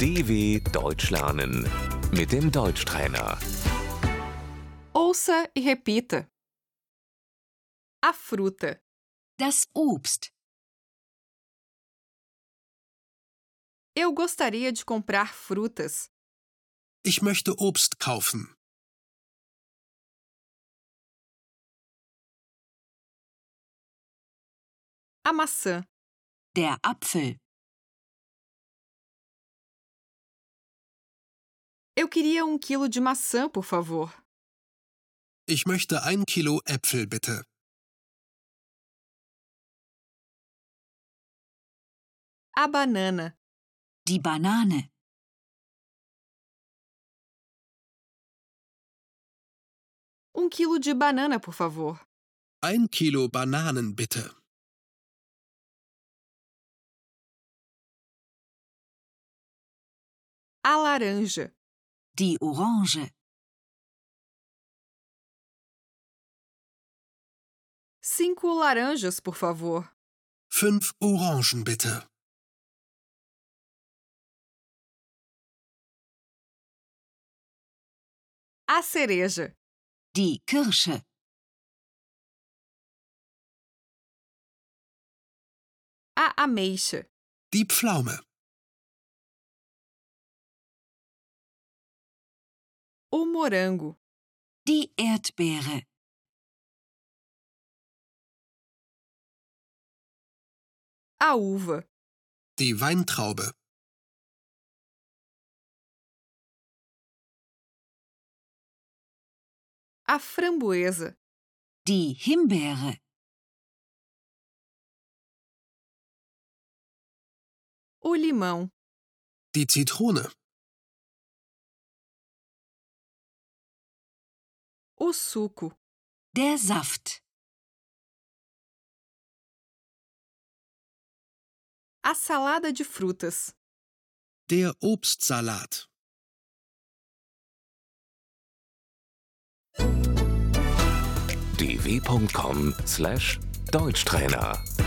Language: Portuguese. DW Deutsch lernen mit dem Deutschtrainer. Ouça e repita. A fruta, Das Obst. eu gostaria de comprar frutas. Ich möchte Obst kaufen. A maçã, Der Apfel. eu queria um quilo de maçã, por favor. Ich möchte ein Kilo Äpfel bitte. A banana, Die Banane. um quilo de banana, por favor. Ein Kilo Bananen bitte. A laranja, Die Orange. cinco laranjas, por favor. Fünf Orangen bitte. A cereja, Die Kirsche. a ameixa, Die Pflaume. o morango, Die Erdbeere. a uva, Die Weintraube. a framboesa, Die Himbeere. o limão, Die Zitrone. o suco, Der Saft. a salada de frutas, Der Obstsalat. dw.com/deutschtrainer